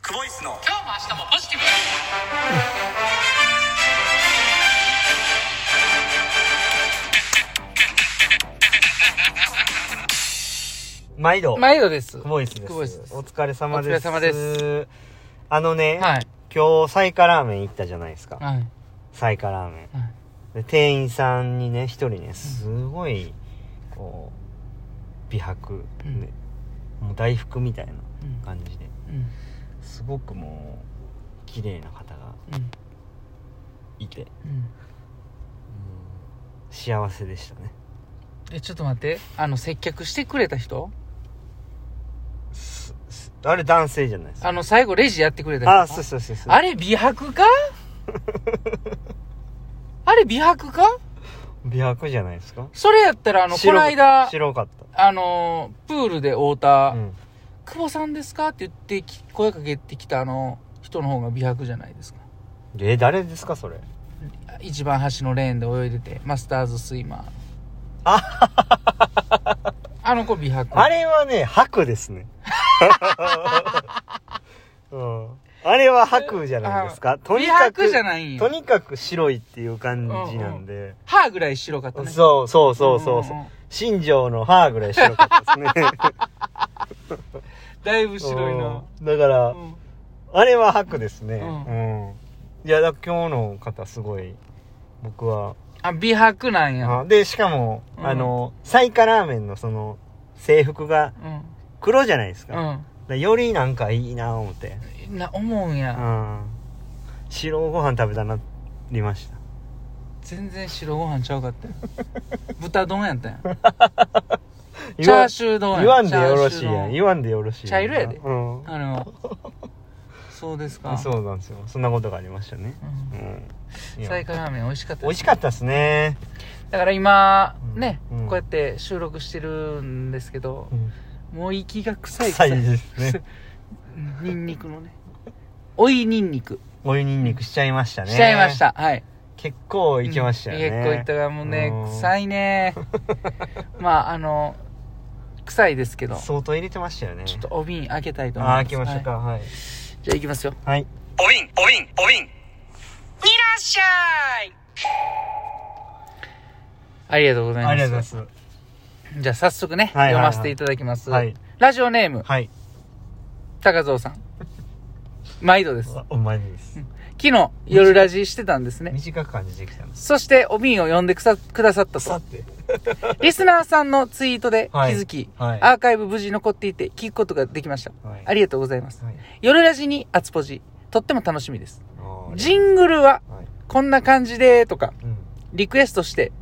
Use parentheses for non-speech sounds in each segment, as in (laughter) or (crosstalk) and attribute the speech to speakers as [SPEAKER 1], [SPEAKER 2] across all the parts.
[SPEAKER 1] クボイスの
[SPEAKER 2] 今日も明日もポジティブ
[SPEAKER 1] 毎度
[SPEAKER 2] 毎度です
[SPEAKER 1] クボイスです
[SPEAKER 2] クボイスです
[SPEAKER 1] お疲れ様です
[SPEAKER 2] お疲れ様です
[SPEAKER 1] あのね、
[SPEAKER 2] はい
[SPEAKER 1] 今日サイカラーメン行ったじゃないですか
[SPEAKER 2] はい
[SPEAKER 1] サイカラーメ
[SPEAKER 2] はい
[SPEAKER 1] ンで店員さんにね一人ねすごいこう美白、
[SPEAKER 2] うん
[SPEAKER 1] ねもう大福みたいな
[SPEAKER 2] うん
[SPEAKER 1] 感じで
[SPEAKER 2] うん
[SPEAKER 1] すごくもう綺麗な方が
[SPEAKER 2] うん
[SPEAKER 1] いて
[SPEAKER 2] うん
[SPEAKER 1] 幸せでしたね
[SPEAKER 2] えちょっと待ってあの接客してくれた人
[SPEAKER 1] すすあれ男性じゃないですか
[SPEAKER 2] あの最後レジやってくれた人
[SPEAKER 1] あそうそうそうそう
[SPEAKER 2] あれ美白かあれ美白か
[SPEAKER 1] 美白じゃないですか
[SPEAKER 2] それやったらあのこ
[SPEAKER 1] 白
[SPEAKER 2] の間
[SPEAKER 1] 白かっ
[SPEAKER 2] あのプールで会うた、
[SPEAKER 1] た、うん、
[SPEAKER 2] 久保さんですかって言ってき声かけてきたあの人の方が美白じゃないですか
[SPEAKER 1] え誰ですかそれ
[SPEAKER 2] 一番端のレーンで泳いでてマスターズスイマーああの子美白
[SPEAKER 1] あれはね、白です
[SPEAKER 2] (laughs)
[SPEAKER 1] ね。うん、あれは白じゃないですか。とに
[SPEAKER 2] 美
[SPEAKER 1] かく
[SPEAKER 2] 白じ、ゃないんや
[SPEAKER 1] とにかく白いっていう感じなんで。
[SPEAKER 2] 歯ぐらい白かったね
[SPEAKER 1] そうそうそうそうそううん
[SPEAKER 2] うんうん。
[SPEAKER 1] 新庄の歯ぐらい白かったですね。
[SPEAKER 2] だいぶ (laughs) 白いな、
[SPEAKER 1] うんだから、
[SPEAKER 2] うん
[SPEAKER 1] あれは白ですね。
[SPEAKER 2] う
[SPEAKER 1] うん。いや、だ今日の方すごい、僕は。
[SPEAKER 2] あ美白なんや
[SPEAKER 1] あで、しかも、
[SPEAKER 2] うん
[SPEAKER 1] あの、サイカラーメンのその、制服が
[SPEAKER 2] うん
[SPEAKER 1] 黒じゃないですか。だか
[SPEAKER 2] う
[SPEAKER 1] らよりなんかいいなぁ思って。
[SPEAKER 2] んな思うんや、
[SPEAKER 1] うん白ご飯食べたなりました
[SPEAKER 2] 全然白ご飯ちゃうか
[SPEAKER 1] (laughs)
[SPEAKER 2] ったよ豚丼やったやんチ
[SPEAKER 1] 言
[SPEAKER 2] ャ
[SPEAKER 1] わ
[SPEAKER 2] ーシュー丼や
[SPEAKER 1] 言わんでよろしい
[SPEAKER 2] チャーシュー
[SPEAKER 1] やん
[SPEAKER 2] 丼
[SPEAKER 1] 言わんでよろしいん
[SPEAKER 2] 茶色やで
[SPEAKER 1] うん
[SPEAKER 2] あのそうですか
[SPEAKER 1] そうなんですよそんなことがありましたね
[SPEAKER 2] うん
[SPEAKER 1] うんいや
[SPEAKER 2] サイカラーメン美味しかった
[SPEAKER 1] 美
[SPEAKER 2] で
[SPEAKER 1] 味
[SPEAKER 2] す
[SPEAKER 1] しかったですね
[SPEAKER 2] だから今
[SPEAKER 1] うん
[SPEAKER 2] ね、
[SPEAKER 1] うん
[SPEAKER 2] こうやって収録してるんですけど、もう息が臭い
[SPEAKER 1] 臭いです
[SPEAKER 2] 臭い
[SPEAKER 1] ね
[SPEAKER 2] うん (laughs) ニンニクのね追いニンニク
[SPEAKER 1] お湯にんにくしちゃいましたね
[SPEAKER 2] しちゃいましたはい
[SPEAKER 1] 結構いきましたよね
[SPEAKER 2] うん結構いったからもうね
[SPEAKER 1] うん
[SPEAKER 2] 臭い
[SPEAKER 1] (laughs)
[SPEAKER 2] ねまああの臭いですけど
[SPEAKER 1] 相当入れてましたよね
[SPEAKER 2] ちょっとお瓶開けたいと思い
[SPEAKER 1] あ
[SPEAKER 2] ま
[SPEAKER 1] あ
[SPEAKER 2] す
[SPEAKER 1] ーきました
[SPEAKER 2] は
[SPEAKER 1] かはい
[SPEAKER 2] いじゃあ行きますよ
[SPEAKER 1] はい
[SPEAKER 2] お瓶お瓶お瓶いらっしゃいありがとうございます
[SPEAKER 1] ありがとうございま
[SPEAKER 2] じゃあ早速ね、
[SPEAKER 1] はいはいはい
[SPEAKER 2] 読ませていただきます、
[SPEAKER 1] はい
[SPEAKER 2] ラジオネーム
[SPEAKER 1] すはい
[SPEAKER 2] 高蔵さん毎度です
[SPEAKER 1] あお前です
[SPEAKER 2] 昨日夜ラジしてたんですね
[SPEAKER 1] 短く感じてきたんです
[SPEAKER 2] そしてお瓶を読んでくさくださった
[SPEAKER 1] さ
[SPEAKER 2] と
[SPEAKER 1] て
[SPEAKER 2] リスナーさんのツイートで気づき、
[SPEAKER 1] はい
[SPEAKER 2] アーカイブ無事残っていて聞くことができました
[SPEAKER 1] はい
[SPEAKER 2] ありがとうございます
[SPEAKER 1] はい
[SPEAKER 2] 夜ラジにアツポジとっても楽しみです
[SPEAKER 1] あー
[SPEAKER 2] ジングルは
[SPEAKER 1] はい
[SPEAKER 2] こんな感じでとか
[SPEAKER 1] うん
[SPEAKER 2] リクエストして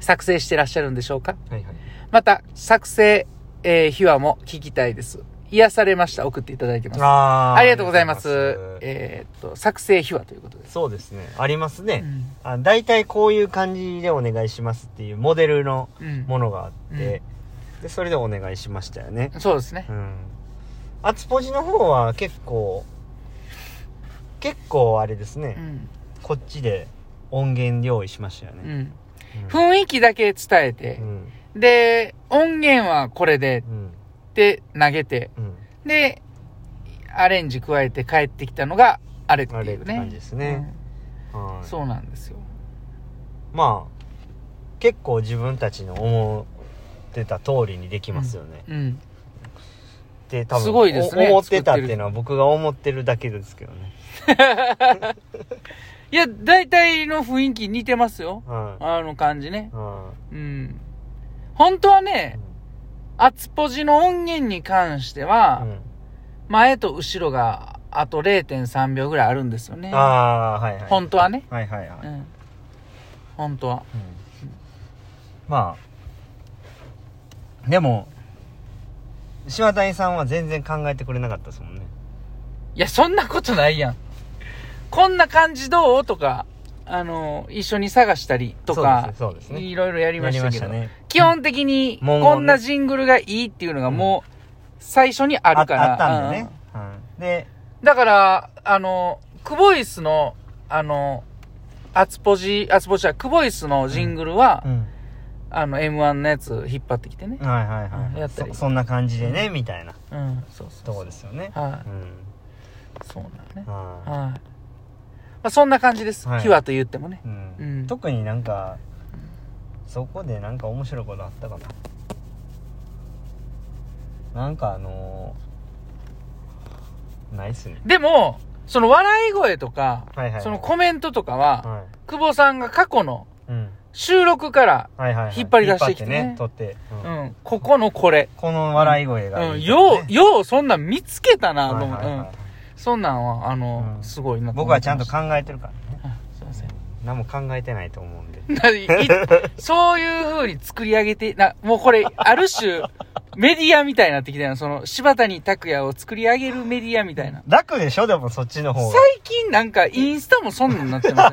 [SPEAKER 2] 作成してらっしゃるんでしょうか
[SPEAKER 1] はいはい
[SPEAKER 2] また作成、えー秘話も聞きたいです癒されました送っていただいてます
[SPEAKER 1] あー
[SPEAKER 2] ありがとうございます。
[SPEAKER 1] ありがとうございま
[SPEAKER 2] えーっと、作成秘話ということですす。
[SPEAKER 1] そうですね。あります
[SPEAKER 2] う
[SPEAKER 1] ね。
[SPEAKER 2] ん。
[SPEAKER 1] あ大体こういう感じでお願いしますっていうモデルの
[SPEAKER 2] うん
[SPEAKER 1] ものがあって、で、それでお願いしましたよね。
[SPEAKER 2] そうですね
[SPEAKER 1] う。ん。アツポジの方は結構、結構あれですね
[SPEAKER 2] う。ん。
[SPEAKER 1] こっちで音源用意しましたよ
[SPEAKER 2] う
[SPEAKER 1] ね。
[SPEAKER 2] ん。
[SPEAKER 1] うん
[SPEAKER 2] 雰囲気だけ伝えて
[SPEAKER 1] う、ん。
[SPEAKER 2] で、音源はこれで
[SPEAKER 1] うん。
[SPEAKER 2] って投げて、
[SPEAKER 1] うん。
[SPEAKER 2] で、アレンジ加えて帰ってきたのが、あれって
[SPEAKER 1] あれ
[SPEAKER 2] い
[SPEAKER 1] っ
[SPEAKER 2] う
[SPEAKER 1] て
[SPEAKER 2] ね。
[SPEAKER 1] 感じですね。
[SPEAKER 2] うん。
[SPEAKER 1] はい。
[SPEAKER 2] そうなんですよ。
[SPEAKER 1] まあ、結構自分たちの思ってた通りにできますよね。
[SPEAKER 2] うん。
[SPEAKER 1] って多分
[SPEAKER 2] すごいですね
[SPEAKER 1] お思ってたっていうのは僕が思ってるだけですけどね、
[SPEAKER 2] いや、大体の雰囲気似てますよ。
[SPEAKER 1] はい
[SPEAKER 2] あの感じね。
[SPEAKER 1] うん
[SPEAKER 2] うん。本当はね、アツポジの音源に関しては、前と後ろがあと0.3秒ぐらいあるんですよね。
[SPEAKER 1] ああーはいはい
[SPEAKER 2] 本当はね。
[SPEAKER 1] はいはいはい、
[SPEAKER 2] う
[SPEAKER 1] うん
[SPEAKER 2] ん。本当は。
[SPEAKER 1] まあでも島谷さんは全然考えてくれなかったですもんね
[SPEAKER 2] いや、そんなことないやん。こんな感じどうとか、あの、一緒に探したりとか、
[SPEAKER 1] そうですねそうですね
[SPEAKER 2] いろいろやりましたけど、
[SPEAKER 1] やね
[SPEAKER 2] 基本的に
[SPEAKER 1] 文言ね
[SPEAKER 2] こんなジングルがいいっていうのがもう最初にあるから。
[SPEAKER 1] あったんでね
[SPEAKER 2] う、
[SPEAKER 1] はいで
[SPEAKER 2] んだから、あの、クボイスの、あの、アツポジ、アツポジは、クボイスのジングルは、
[SPEAKER 1] うん
[SPEAKER 2] あの、M1 のやつ引っ張ってきてね。
[SPEAKER 1] はいはいはい、
[SPEAKER 2] うんやったり
[SPEAKER 1] そそんな感じでね、みたいな
[SPEAKER 2] うん、そうそうそう
[SPEAKER 1] とこですよね、
[SPEAKER 2] は
[SPEAKER 1] うん
[SPEAKER 2] そうなのね。
[SPEAKER 1] は
[SPEAKER 2] はい。まあ、そんな感じです。
[SPEAKER 1] はい
[SPEAKER 2] 秘話と言ってもね。
[SPEAKER 1] い、う
[SPEAKER 2] うん
[SPEAKER 1] ん、特になんかそこでなんか面白いことあったかななんかあのー、ないっすね
[SPEAKER 2] でも、その笑い声とか、
[SPEAKER 1] はいはい
[SPEAKER 2] そのコメントとかは、
[SPEAKER 1] は
[SPEAKER 2] 久保さんが過去の
[SPEAKER 1] い、うん
[SPEAKER 2] 収録から、
[SPEAKER 1] はいはいはい、
[SPEAKER 2] 引っ張り出してきて
[SPEAKER 1] 引っ
[SPEAKER 2] ね
[SPEAKER 1] 張ってね取って、うん
[SPEAKER 2] うん、ここのこれ。
[SPEAKER 1] この笑い声が
[SPEAKER 2] う
[SPEAKER 1] い
[SPEAKER 2] ん、
[SPEAKER 1] いからね、
[SPEAKER 2] よう、よう、そんなん見つけたな、と
[SPEAKER 1] はい
[SPEAKER 2] 思っ
[SPEAKER 1] はい
[SPEAKER 2] て。う
[SPEAKER 1] はい
[SPEAKER 2] ん。そんなんは、あの、
[SPEAKER 1] うん
[SPEAKER 2] すごいな
[SPEAKER 1] 僕はちゃんと
[SPEAKER 2] か、
[SPEAKER 1] 考えてるからね
[SPEAKER 2] あすいません。
[SPEAKER 1] 何も考えてないと思うんで
[SPEAKER 2] ない
[SPEAKER 1] (laughs)
[SPEAKER 2] そういう風に作り上げて、な、もうこれ、ある種、メディアみたいになってきたよ。その、柴谷拓也を作り上げるメディアみたいな。
[SPEAKER 1] 楽でしょでもそっちの方が
[SPEAKER 2] 最近なんか、インスタもそんなんなってませ
[SPEAKER 1] (laughs)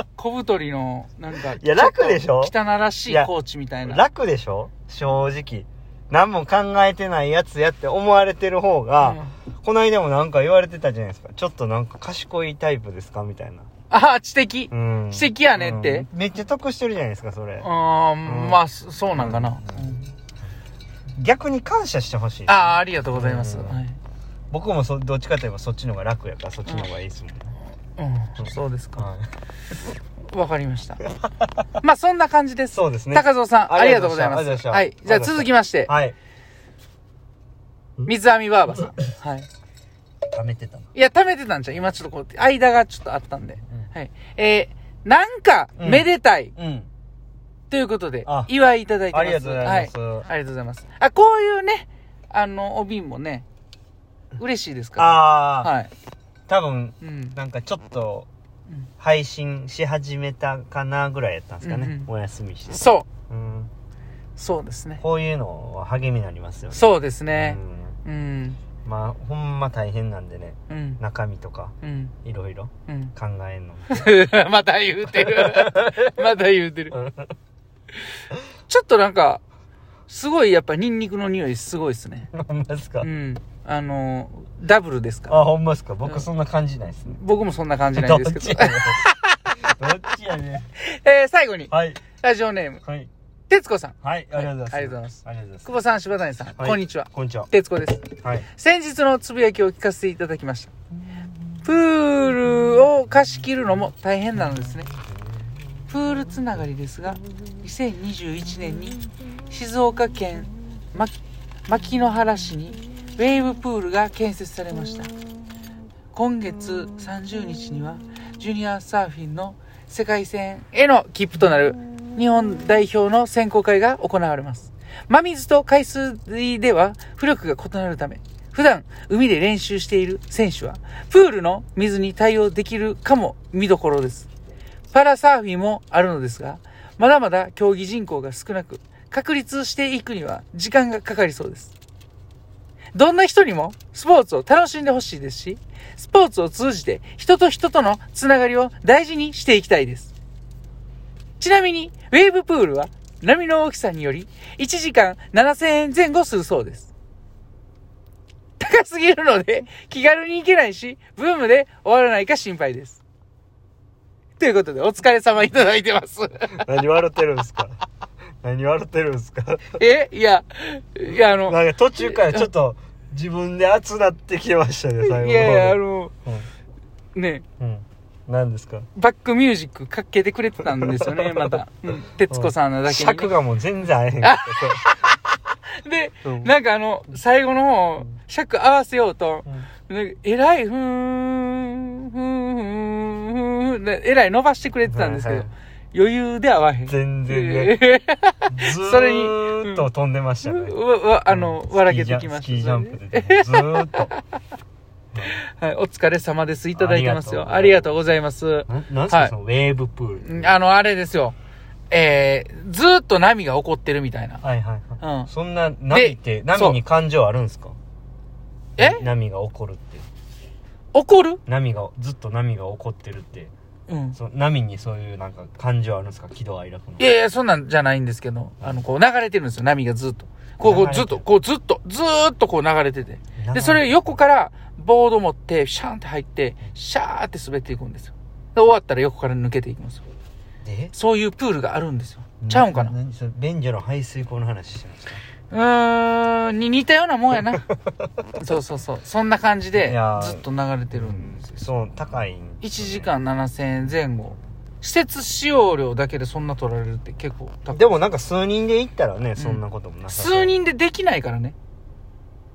[SPEAKER 2] ん。小太りの、なんか、
[SPEAKER 1] いや楽でしょ
[SPEAKER 2] 汚らしい
[SPEAKER 1] いや
[SPEAKER 2] コーチみたいな。
[SPEAKER 1] 楽でしょ正直何も考えてないやつやって思われてる方が、
[SPEAKER 2] うん
[SPEAKER 1] この間もなんか言われてたじゃないですかちょっとなんか賢いタイプですかみたいな
[SPEAKER 2] あ、知的。
[SPEAKER 1] うん
[SPEAKER 2] 知的やねって。
[SPEAKER 1] うんめっちゃ得してるじゃないですかそれ
[SPEAKER 2] うーん、
[SPEAKER 1] うん
[SPEAKER 2] まあ、そそうなんかな。
[SPEAKER 1] うん逆に感謝してほしい
[SPEAKER 2] ああ、ありがとうございます。
[SPEAKER 1] うん
[SPEAKER 2] はい。
[SPEAKER 1] 僕もそどっちかといえばそっちの方が楽やからそっちの方がいいですもんね、
[SPEAKER 2] うん、そうですか。
[SPEAKER 1] はい
[SPEAKER 2] わかりました。 (laughs) まあ、そんな感じです。
[SPEAKER 1] そうですね
[SPEAKER 2] 高蔵さん、あ
[SPEAKER 1] あ
[SPEAKER 2] り
[SPEAKER 1] り
[SPEAKER 2] が
[SPEAKER 1] が
[SPEAKER 2] と
[SPEAKER 1] と
[SPEAKER 2] う
[SPEAKER 1] う
[SPEAKER 2] ご
[SPEAKER 1] ござ
[SPEAKER 2] ざい
[SPEAKER 1] い
[SPEAKER 2] ま。
[SPEAKER 1] ますした
[SPEAKER 2] はい。じゃあ続きまして、
[SPEAKER 1] はい
[SPEAKER 2] 水網ばあばさん。はい。
[SPEAKER 1] 溜めてたない
[SPEAKER 2] や、溜めてたんじゃん。今ちょっとこう、間がちょっとあったんで。
[SPEAKER 1] うん
[SPEAKER 2] はい。えー、なんか、
[SPEAKER 1] うん
[SPEAKER 2] めでたい、
[SPEAKER 1] うん
[SPEAKER 2] ということで
[SPEAKER 1] あ、
[SPEAKER 2] 祝いいただいてま
[SPEAKER 1] あ
[SPEAKER 2] す。
[SPEAKER 1] りがとうございます、
[SPEAKER 2] はありがとうございます。あ、こういうね、あの、お瓶もね、嬉しいですか
[SPEAKER 1] あ
[SPEAKER 2] ら。
[SPEAKER 1] あ、
[SPEAKER 2] はい。
[SPEAKER 1] 多分
[SPEAKER 2] うん。
[SPEAKER 1] なんかちょっと
[SPEAKER 2] うん
[SPEAKER 1] 配信し始めたかなぐらいやったんですかね、
[SPEAKER 2] うんうん
[SPEAKER 1] お休みして、
[SPEAKER 2] そう。
[SPEAKER 1] うん、
[SPEAKER 2] そうですね。
[SPEAKER 1] こういうのは励みになりますよね
[SPEAKER 2] そうです
[SPEAKER 1] う
[SPEAKER 2] ね。
[SPEAKER 1] ん
[SPEAKER 2] うん。
[SPEAKER 1] まあほんま大変なんでね
[SPEAKER 2] うん。
[SPEAKER 1] 中身とか
[SPEAKER 2] うん。
[SPEAKER 1] いろいろ
[SPEAKER 2] うん。 (laughs)
[SPEAKER 1] 考えんの
[SPEAKER 2] また言うて
[SPEAKER 1] (laughs)
[SPEAKER 2] る。また言うてる
[SPEAKER 1] うん。
[SPEAKER 2] ちょっとなんか、すごいやっぱニンニクの匂いすごいですね。
[SPEAKER 1] ほんまですか、
[SPEAKER 2] うん。あの、ダブルですから。
[SPEAKER 1] あほんまですか
[SPEAKER 2] うん
[SPEAKER 1] 僕そんな感じないですね、
[SPEAKER 2] 僕もそんな感じな
[SPEAKER 1] ど
[SPEAKER 2] い
[SPEAKER 1] っ
[SPEAKER 2] ん
[SPEAKER 1] ち
[SPEAKER 2] で
[SPEAKER 1] や
[SPEAKER 2] す
[SPEAKER 1] ね (laughs)
[SPEAKER 2] けど。
[SPEAKER 1] どっちやね
[SPEAKER 2] (laughs) えー、最後に、
[SPEAKER 1] はい
[SPEAKER 2] ラジオネーム、
[SPEAKER 1] はい
[SPEAKER 2] 徹子さん。
[SPEAKER 1] はいありがとうございます、ありがとうございます
[SPEAKER 2] 久保さん、柴谷さん、
[SPEAKER 1] はい
[SPEAKER 2] こんにちは。
[SPEAKER 1] こんにちは
[SPEAKER 2] 徹子です。
[SPEAKER 1] はい
[SPEAKER 2] 先日のつぶやきを聞かせていただきました。プールを貸し切るのも大変なのですね。プールつながりですが、2021年に静岡県ま牧之原市にウェーブプールが建設されました。今月30日にはジュニアサーフィンの世界戦への切符となる日本代表の選考会が行われます。真水と海水では浮力が異なるため、普段海で練習している選手はプールの水に対応できるかも見どころです。パラサーフィンもあるのですが、まだまだ競技人口が少なく、確立していくには時間がかかりそうです。どんな人にもスポーツを楽しんでほしいですし、スポーツを通じて人と人とのつながりを大事にしていきたいです。ちなみに、ウェーブプールは波の大きさにより1時間7000円前後するそうです。高すぎるので気軽に行けないし、ブームで終わらないか心配です。ということで、お疲れ様いただいてます。
[SPEAKER 1] 何笑ってるんですか何笑ってるんですか
[SPEAKER 2] えいや、いや、あの、
[SPEAKER 1] なんか途中からちょっと自分で熱なってきましたね、最後の方
[SPEAKER 2] い
[SPEAKER 1] で。
[SPEAKER 2] やいや、あの、ね、
[SPEAKER 1] うん。うん。何ですか
[SPEAKER 2] バックミュージックかけてくれてたんですよ
[SPEAKER 1] (laughs)
[SPEAKER 2] ね、また。うん、徹子さんのだけにね、
[SPEAKER 1] 尺がもう全然
[SPEAKER 2] (laughs)
[SPEAKER 1] 合えへんかっ
[SPEAKER 2] で、
[SPEAKER 1] た。うん
[SPEAKER 2] なんかあの、最後の方、尺合わせようと、なんかえらい、ふーん、ふーん、ふーん、ふーんふーんで、えらい伸ばしてくれてたんですけど、
[SPEAKER 1] はいは
[SPEAKER 2] 余裕で合わへん。
[SPEAKER 1] 全然ね。
[SPEAKER 2] えー
[SPEAKER 1] ず
[SPEAKER 2] それに
[SPEAKER 1] ーっと飛んでましたね。
[SPEAKER 2] (laughs) うわうわ、あの、
[SPEAKER 1] うん
[SPEAKER 2] 笑けてきました。
[SPEAKER 1] スキージャンプで。ずーっと。
[SPEAKER 2] はい、お疲れ様です。いただいてますよ。あ
[SPEAKER 1] あ
[SPEAKER 2] り
[SPEAKER 1] り
[SPEAKER 2] が
[SPEAKER 1] が
[SPEAKER 2] と
[SPEAKER 1] と
[SPEAKER 2] う
[SPEAKER 1] う
[SPEAKER 2] ございます。
[SPEAKER 1] ななんすか、
[SPEAKER 2] はい
[SPEAKER 1] そのウェーブプール。
[SPEAKER 2] あの、あれですよ。えー、ずーっと波が起こってるみたいな。
[SPEAKER 1] はいはいはい。
[SPEAKER 2] うん
[SPEAKER 1] そんな波って、波に感情あるんですか
[SPEAKER 2] え
[SPEAKER 1] 波が起こるって。
[SPEAKER 2] 起こる
[SPEAKER 1] 波が、ずっと波が起こってるって。
[SPEAKER 2] うん。
[SPEAKER 1] その波にそういうなんか感情あるんですか喜怒哀楽の
[SPEAKER 2] い。やいや、そんなんじゃないんですけど、あの、こう流れてるんですよ、波がずっと。こう、こう
[SPEAKER 1] 流れて
[SPEAKER 2] ずっ
[SPEAKER 1] る
[SPEAKER 2] と、こうずっと、ずーっとこう流れてて。で、それ
[SPEAKER 1] よ
[SPEAKER 2] 横からボード持って、シャーンって入って、シャーって滑っていくんですよ。で、終わったら横から抜けていきますよ。
[SPEAKER 1] で
[SPEAKER 2] そういうプールがあるんですよ。ちゃうんかな
[SPEAKER 1] 何それ便所の排水口の話してました
[SPEAKER 2] うーんに似たようなも
[SPEAKER 1] (laughs)
[SPEAKER 2] んやなそうそうそうそんな感じで
[SPEAKER 1] いやー
[SPEAKER 2] ずっと流れてるんですよ
[SPEAKER 1] そう高い
[SPEAKER 2] 1時間7000円前後施設使用料だけでそんな取られるって結構高い
[SPEAKER 1] でもなんか数人で行ったらね、そんなこともなさそう
[SPEAKER 2] 数人でできないからね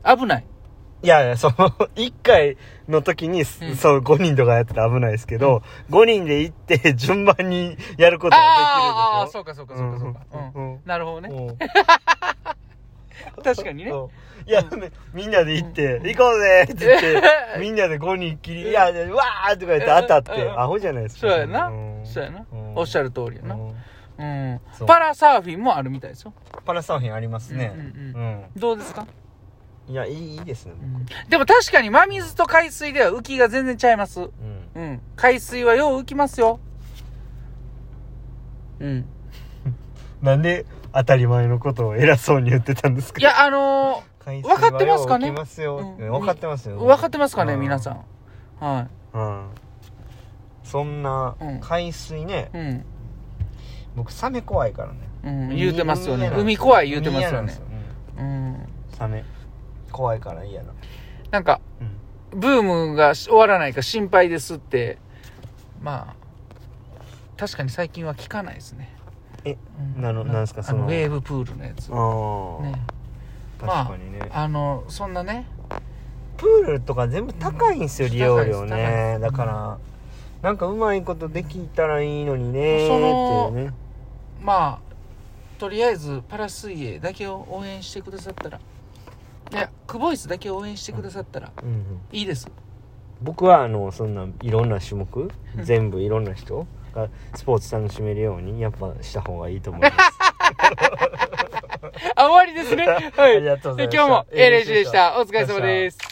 [SPEAKER 2] 危ない
[SPEAKER 1] いやいや、その、1回の時に、
[SPEAKER 2] うん
[SPEAKER 1] そう、5人とかやったら危ないですけど、5人で行って、順番にやること
[SPEAKER 2] あー
[SPEAKER 1] が
[SPEAKER 2] あー
[SPEAKER 1] でき
[SPEAKER 2] そ
[SPEAKER 1] る
[SPEAKER 2] うかそうかそうかそうか、
[SPEAKER 1] う
[SPEAKER 2] うんん
[SPEAKER 1] うん
[SPEAKER 2] なるほど
[SPEAKER 1] でし
[SPEAKER 2] ね
[SPEAKER 1] ょ。
[SPEAKER 2] 確かにね
[SPEAKER 1] そういや、ねみんなで行って、行こうぜって言って、みんなで5人っきり、いや、でわーとか言って当たって、
[SPEAKER 2] うん
[SPEAKER 1] アホじゃないですか。
[SPEAKER 2] そうやなんそうやな
[SPEAKER 1] うん
[SPEAKER 2] おっしゃる通りやな
[SPEAKER 1] うん
[SPEAKER 2] うん
[SPEAKER 1] そう
[SPEAKER 2] パラサーフィンもあるみたいですよ
[SPEAKER 1] パラサーフィンありますね。
[SPEAKER 2] う
[SPEAKER 1] う、
[SPEAKER 2] んうんどうですか、
[SPEAKER 1] いや、いいいいですね、
[SPEAKER 2] でも確かに真水と海水では浮きが全然ちゃいます
[SPEAKER 1] 僕。うん。
[SPEAKER 2] うん海水はよう浮きますようん
[SPEAKER 1] なんで、当たり前のことを偉そうに言ってたんですか
[SPEAKER 2] いやあの
[SPEAKER 1] 分
[SPEAKER 2] わかってますかね
[SPEAKER 1] 分
[SPEAKER 2] うん
[SPEAKER 1] かってます
[SPEAKER 2] ー
[SPEAKER 1] よ。
[SPEAKER 2] 分かってますかね
[SPEAKER 1] う
[SPEAKER 2] 皆さ。んは
[SPEAKER 1] うん。そんな
[SPEAKER 2] うん、
[SPEAKER 1] 海水ね
[SPEAKER 2] い、うん、
[SPEAKER 1] 僕、サメ怖いからね。
[SPEAKER 2] うん、言うてますよね
[SPEAKER 1] 海
[SPEAKER 2] 海怖い言うてますよね。
[SPEAKER 1] 海嫌なんです
[SPEAKER 2] うん
[SPEAKER 1] うんサメ。怖いから嫌だ。
[SPEAKER 2] なんか
[SPEAKER 1] うん。
[SPEAKER 2] ブームが終わらないか心配ですってまあ確かに最近は聞かないですね
[SPEAKER 1] え
[SPEAKER 2] うん
[SPEAKER 1] なのなんすかその
[SPEAKER 2] あウェーブプールのやつね
[SPEAKER 1] ああ。確かにね。
[SPEAKER 2] あのそんなね
[SPEAKER 1] プールとか全部高いんですよ、
[SPEAKER 2] うん
[SPEAKER 1] 利用料
[SPEAKER 2] 高いです高い
[SPEAKER 1] ね。
[SPEAKER 2] です
[SPEAKER 1] だから、なんかうまいことできたらいいのにね
[SPEAKER 2] そ
[SPEAKER 1] ー
[SPEAKER 2] の
[SPEAKER 1] っていうね。
[SPEAKER 2] まあとりあえずパラ水泳だけを応援してくださったらいやクボイスだけを応援してくださったら
[SPEAKER 1] うんうん
[SPEAKER 2] いいです
[SPEAKER 1] 僕はあのそんないろんな種目全部いろんな人がスポーツ楽しめるようにやっぱした方がいいと思います。
[SPEAKER 2] あ終わりですねは
[SPEAKER 1] あ
[SPEAKER 2] い
[SPEAKER 1] (laughs) りがとうございました
[SPEAKER 2] で今日も LH でしたお疲れ様です